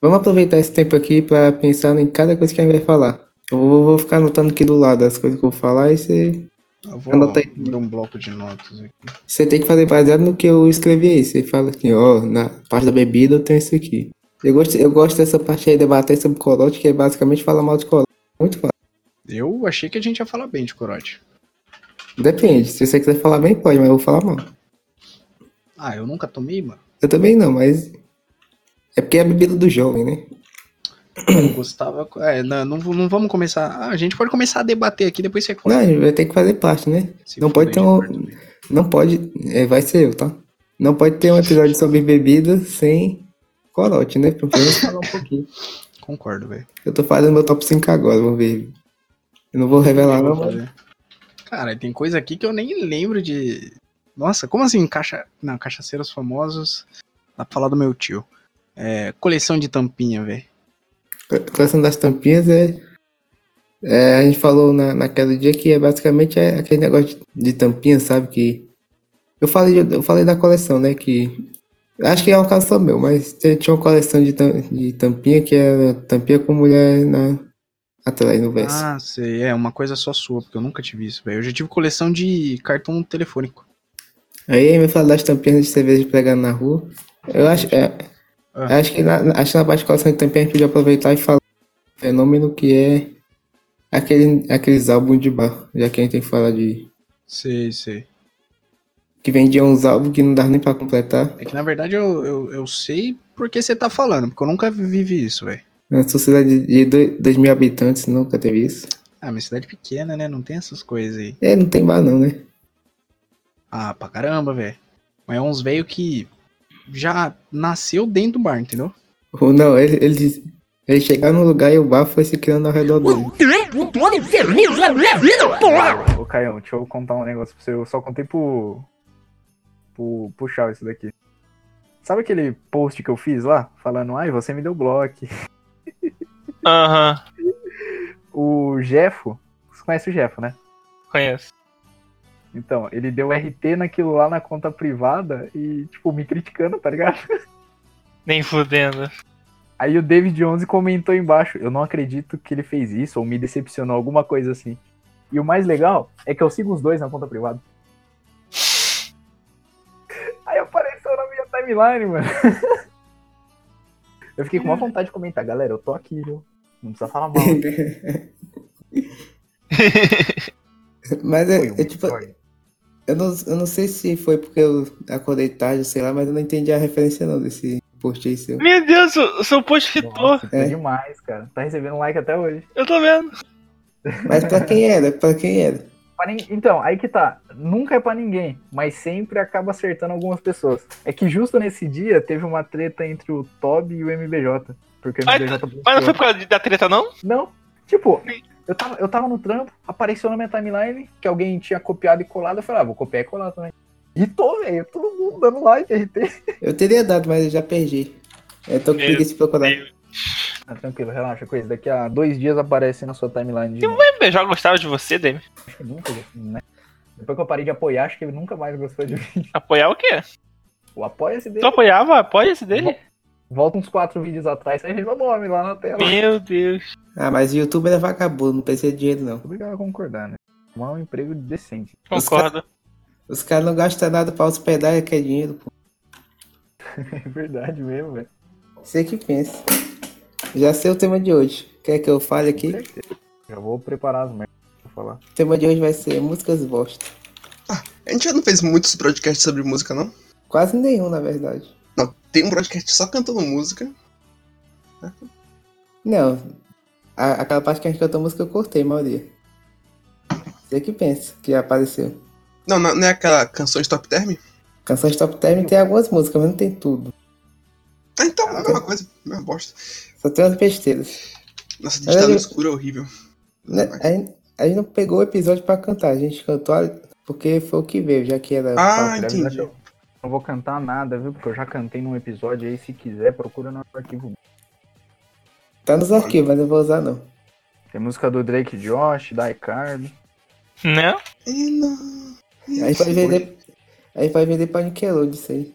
Speaker 3: Vamos aproveitar esse tempo aqui pra pensar em cada coisa que a gente vai falar. Eu vou, vou ficar anotando aqui do lado as coisas que eu vou falar e você.
Speaker 9: Eu vou
Speaker 3: Anota aí.
Speaker 9: dar um bloco de notas aqui.
Speaker 3: Você tem que fazer baseado no que eu escrevi aí. Você fala assim, ó, na parte da bebida eu tenho isso aqui. Eu gosto, eu gosto dessa parte aí, debater sobre corote, que é basicamente falar mal de corote. Muito fácil.
Speaker 9: Eu achei que a gente ia falar bem de corote.
Speaker 3: Depende. Se você quiser falar bem, pode, mas eu vou falar mal.
Speaker 9: Ah, eu nunca tomei, mano.
Speaker 3: Eu também não, mas. É porque é a bebida do jovem, né?
Speaker 9: Eu gostava. É, não, não, não vamos começar. Ah, a gente pode começar a debater aqui, depois você
Speaker 3: Não,
Speaker 9: corta.
Speaker 3: a gente vai ter que fazer parte, né?
Speaker 9: Se
Speaker 3: não pode
Speaker 9: fuder
Speaker 3: ter
Speaker 9: de
Speaker 3: um-
Speaker 9: perto mesmo.
Speaker 3: Não pode. é, vai ser eu, tá? Não pode ter um episódio sobre bebida sem corote, né? Pelo menos falar um pouquinho.
Speaker 9: Concordo, velho.
Speaker 3: Eu tô fazendo meu top 5 agora, vamos ver. Eu não vou revelar, não, mas.
Speaker 9: Cara, tem coisa aqui que eu nem lembro de. Nossa, como assim? Caixa... Não, cachaceiros famosos. Dá pra falar do meu tio. É, coleção de tampinha, velho.
Speaker 3: A coleção das tampinhas é. é, a gente falou na, naquele dia que é basicamente é aquele negócio de, de tampinha, sabe? Que. Eu falei, eu falei da coleção, né? Que. Acho que é um caso só meu, mas tinha tinha uma coleção de, tam- de tampinha que era tampinha com mulher na, atrás no verso.
Speaker 9: Ah, sei. É uma coisa só sua, porque eu nunca tive isso, velho. Eu já tive coleção de cartão telefônico.
Speaker 3: Aí me fala das tampinhas de cerveja pregando na rua. Eu acho, é,
Speaker 9: Ah.
Speaker 3: acho que na, acho que na parte de coleção de tampinha a gente podia aproveitar e falar o fenômeno que é aquele, aqueles álbuns de bar, já que a gente tem que falar de.
Speaker 9: Sei, sei.
Speaker 3: Que vendiam uns álbuns que não dava nem pra completar.
Speaker 9: É que na verdade eu, eu, eu sei porque você tá falando, porque eu nunca vivi isso, velho.
Speaker 3: Na sociedade de 2 mil habitantes nunca teve isso.
Speaker 9: Ah, minha cidade é pequena, né? Não tem essas coisas aí.
Speaker 3: É, não tem bar não, né?
Speaker 9: Ah, pra caramba, velho. Mas é uns velho que já nasceu dentro do bar, entendeu?
Speaker 3: Ou não, ele- eles ele chegaram no lugar e o bar foi se criando ao redor dele.
Speaker 10: Ô, Caião, deixa eu contar um negócio pra você. Eu só contei pro. pro puxar isso daqui. Sabe aquele post que eu fiz lá? Falando, ai, você me deu bloco.
Speaker 8: Aham,
Speaker 10: O Jefo. Você conhece o Jefo, né?
Speaker 8: conheço.
Speaker 10: Então, ele deu RT naquilo lá na conta privada e, tipo, me criticando, tá ligado?
Speaker 8: Nem fudendo.
Speaker 10: Aí o David 11 comentou embaixo: Eu não acredito que ele fez isso, ou me decepcionou, alguma coisa assim. E o mais legal é que eu sigo os dois na conta privada. Aí apareceu na minha timeline, mano. Eu fiquei com uma vontade de comentar, galera, eu tô aqui, viu? Não precisa falar mal.
Speaker 3: Mas
Speaker 10: Foi
Speaker 3: é,
Speaker 10: um
Speaker 3: é tipo.
Speaker 10: foi.
Speaker 3: Eu não, eu não sei se foi porque eu acordei tarde, sei lá, mas eu não entendi a referência não desse post aí seu.
Speaker 8: Meu Deus, o o seu post hitou.
Speaker 10: Nossa, tá demais, cara. Tá recebendo like até hoje.
Speaker 8: Eu tô vendo.
Speaker 3: Mas pra quem era? Pra quem era?
Speaker 10: Pra nin- Então, aí que tá. Nunca é pra ninguém, mas sempre acaba acertando algumas pessoas. É que justo nesse dia teve uma treta entre o Toby e o MBJ. Porque o
Speaker 8: Mas-
Speaker 10: MBJ.
Speaker 8: Mas não foi
Speaker 10: bloqueou.
Speaker 8: por causa de- da treta, não?
Speaker 10: Não, tipo, eu tava, eu tava no trampo, apareceu na minha timeline que alguém tinha copiado e colado. Eu falei, ah, vou copiar e colar também. E tô, velho, todo mundo dando like, RT.
Speaker 3: Eu teria dado, mas eu já perdi. Eu tô com
Speaker 8: Meu
Speaker 3: preguiça de procurar.
Speaker 10: Ah, tranquilo, relaxa com isso. Daqui a dois dias aparece na sua timeline de novo.
Speaker 8: O MBJ gostava de você, Demi.
Speaker 10: Acho que nunca, né? Depois que eu parei de apoiar, acho que ele nunca mais gostou de mim.
Speaker 8: Apoiar o quê?
Speaker 10: O apoia-se
Speaker 8: Tu
Speaker 10: dele.
Speaker 8: apoiava? Apoia-se dele?
Speaker 10: Volta uns quatro vídeos atrás, aí vem meu nome lá na tela.
Speaker 8: Meu Deus.
Speaker 3: Ah, mas o youtuber é vagabundo, não precisa de dinheiro não.
Speaker 10: Obrigado a concordar, né? Arrumar um emprego decente.
Speaker 3: Os
Speaker 8: Concordo.
Speaker 3: Os caras não gastam nada pra hospedar e quer dinheiro, pô.
Speaker 10: É verdade mesmo, velho.
Speaker 3: Você que pensa. Já sei o tema de hoje. Quer que eu fale aqui?
Speaker 10: Já vou preparar as merdas pra falar.
Speaker 3: O tema de hoje vai ser músicas bosta.
Speaker 5: A gente já não fez muitos podcasts sobre música, não?
Speaker 3: Quase nenhum, na verdade.
Speaker 5: Não, tem um podcast só cantando música.
Speaker 3: Não. A- aquela parte que a gente cantou a música eu cortei, Mauri. Você que pensa que apareceu.
Speaker 5: Não, não, não é aquela canção de Top Term?
Speaker 3: Canção de Top Term tem algumas músicas, mas não tem tudo.
Speaker 5: Ah, então, a mesma coisa, mesma bosta.
Speaker 3: Só tem umas besteiras.
Speaker 5: Nossa, digitar no
Speaker 3: eu-
Speaker 5: escuro é horrível. é.
Speaker 3: Né,
Speaker 10: é.
Speaker 3: A, gente- a gente não pegou o episódio pra cantar, a gente cantou a- porque foi o que veio, já que era.
Speaker 5: Ah,
Speaker 10: Na
Speaker 8: né,
Speaker 10: verdade,
Speaker 5: entendi.
Speaker 10: eu Não vou cantar nada, viu? Porque eu já cantei num episódio aí. Se quiser, procura no arquivo.
Speaker 3: Tá nos arquivos, mas eu vou usar não.
Speaker 10: Tem música do Drake Josh, da Icardi.
Speaker 8: Não?
Speaker 5: Ih, É, não. Ih,
Speaker 3: Aí vai
Speaker 5: foi.
Speaker 3: vender. Aí vai vender pra Nickelodeon isso aí.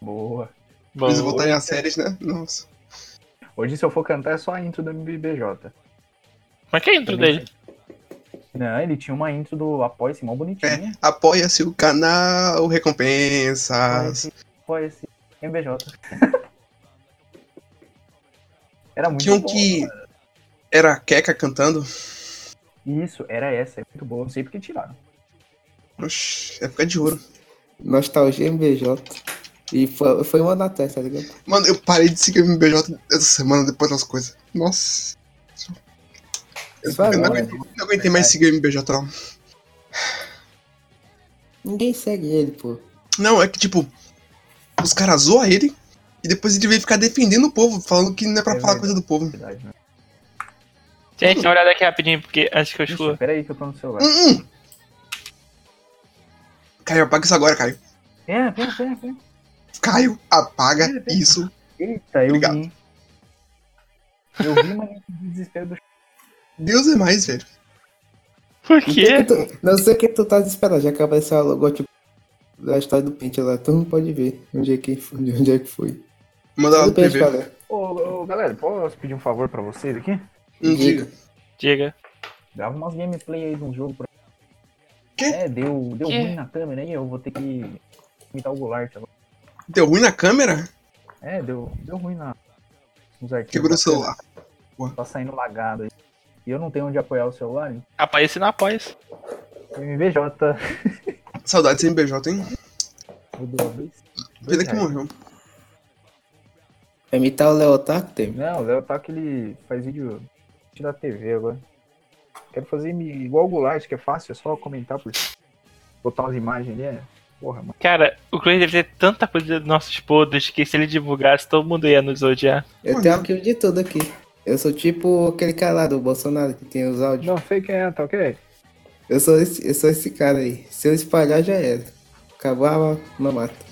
Speaker 10: Boa.
Speaker 8: Bom,
Speaker 5: Eles voltarem às séries, né? Nossa.
Speaker 10: Hoje, se eu for cantar, é só a intro do MBBJ.
Speaker 8: mas que é a intro dele?
Speaker 10: Não, ele tinha uma intro do Apoia-se, mó bonitinha.
Speaker 5: Apoia-se o canal, recompensas.
Speaker 10: Apoia-se, MBJ. Era muito
Speaker 5: Tinha um
Speaker 10: bom,
Speaker 5: que era a Keka cantando.
Speaker 10: Isso, era essa, é muito boa. Não sei porque tiraram.
Speaker 5: Oxi, época de ouro.
Speaker 3: Nostalgia MBJ. E foi, foi um ano atrás, tá ligado?
Speaker 5: Mano, eu parei de seguir o MBJ essa semana depois das coisas. Nossa. Eu,
Speaker 10: tá
Speaker 3: Vai
Speaker 5: eu
Speaker 3: lá,
Speaker 5: não,
Speaker 10: é
Speaker 5: aguentei, não aguentei mais seguir o MBJ, não.
Speaker 3: Ninguém segue ele, pô.
Speaker 5: Não, é que tipo, os caras zoam ele e depois ele veio ficar defendendo o povo, falando que não é pra
Speaker 10: É
Speaker 5: falar
Speaker 10: verdade.
Speaker 5: coisa do povo.
Speaker 10: Verdade, né?
Speaker 8: Gente, dá uma olhada aqui rapidinho, porque acho que eu
Speaker 10: Ixi,
Speaker 8: escuto.
Speaker 10: peraí que eu tô no celular.
Speaker 5: Hum, hum. Caio, apaga isso agora, Caio.
Speaker 10: É, pera, pera, pera.
Speaker 5: Caio, apaga isso.
Speaker 10: Eita, eu
Speaker 5: Obrigado.
Speaker 10: vi. Eu vi, mas eu tive desespero do
Speaker 5: Deus é mais, velho.
Speaker 8: Por
Speaker 3: Não sei
Speaker 8: quê?
Speaker 3: que tu- não sei o que tu tá desesperado, já que apareceu o logotipo da história do Pente lá. Tu não pode ver onde é que, de onde é que foi.
Speaker 5: Manda lá
Speaker 3: Tudo
Speaker 5: pro
Speaker 3: bem,
Speaker 5: PV.
Speaker 3: cara.
Speaker 10: Ô, ô, galera, posso pedir um favor pra vocês aqui?
Speaker 5: Não diga.
Speaker 8: Diga.
Speaker 10: Grava umas gameplay aí de um jogo. Pra...
Speaker 5: Quê?
Speaker 10: É, deu, deu
Speaker 8: Quê?
Speaker 10: ruim na câmera aí, eu vou ter que imitar o Goulart agora.
Speaker 5: Deu ruim na câmera?
Speaker 10: É, deu, deu ruim na... nos arquivos.
Speaker 5: Quebrou o
Speaker 10: da câmera,
Speaker 5: celular.
Speaker 10: Tá saindo lagado aí. E eu não tenho onde apoiar o celular, então
Speaker 8: Aparece na pós.
Speaker 10: o MVJ.
Speaker 5: Saudades do MBJ, hein?
Speaker 10: Meu Deus.
Speaker 5: Pena que morreu.
Speaker 3: Vai imitar o Leotardo, tem.
Speaker 10: Não, o Léo tá que ele faz vídeo da TV agora. Quero fazer mi- igual o Goulart, que é fácil, é só comentar por botar umas imagens ali, é. Porra, mano.
Speaker 8: Cara, o Cruz deve ter tanta coisa dos nossos podres que se ele divulgasse, todo mundo ia nos odiar.
Speaker 3: Eu tenho arquivo de tudo aqui. Eu sou tipo aquele cara lá do Bolsonaro que tem os áudios.
Speaker 10: Não sei quem é, tá ok?
Speaker 3: Eu sou esse, eu sou esse cara aí. Se eu espalhar, já era. Acabou a mamata.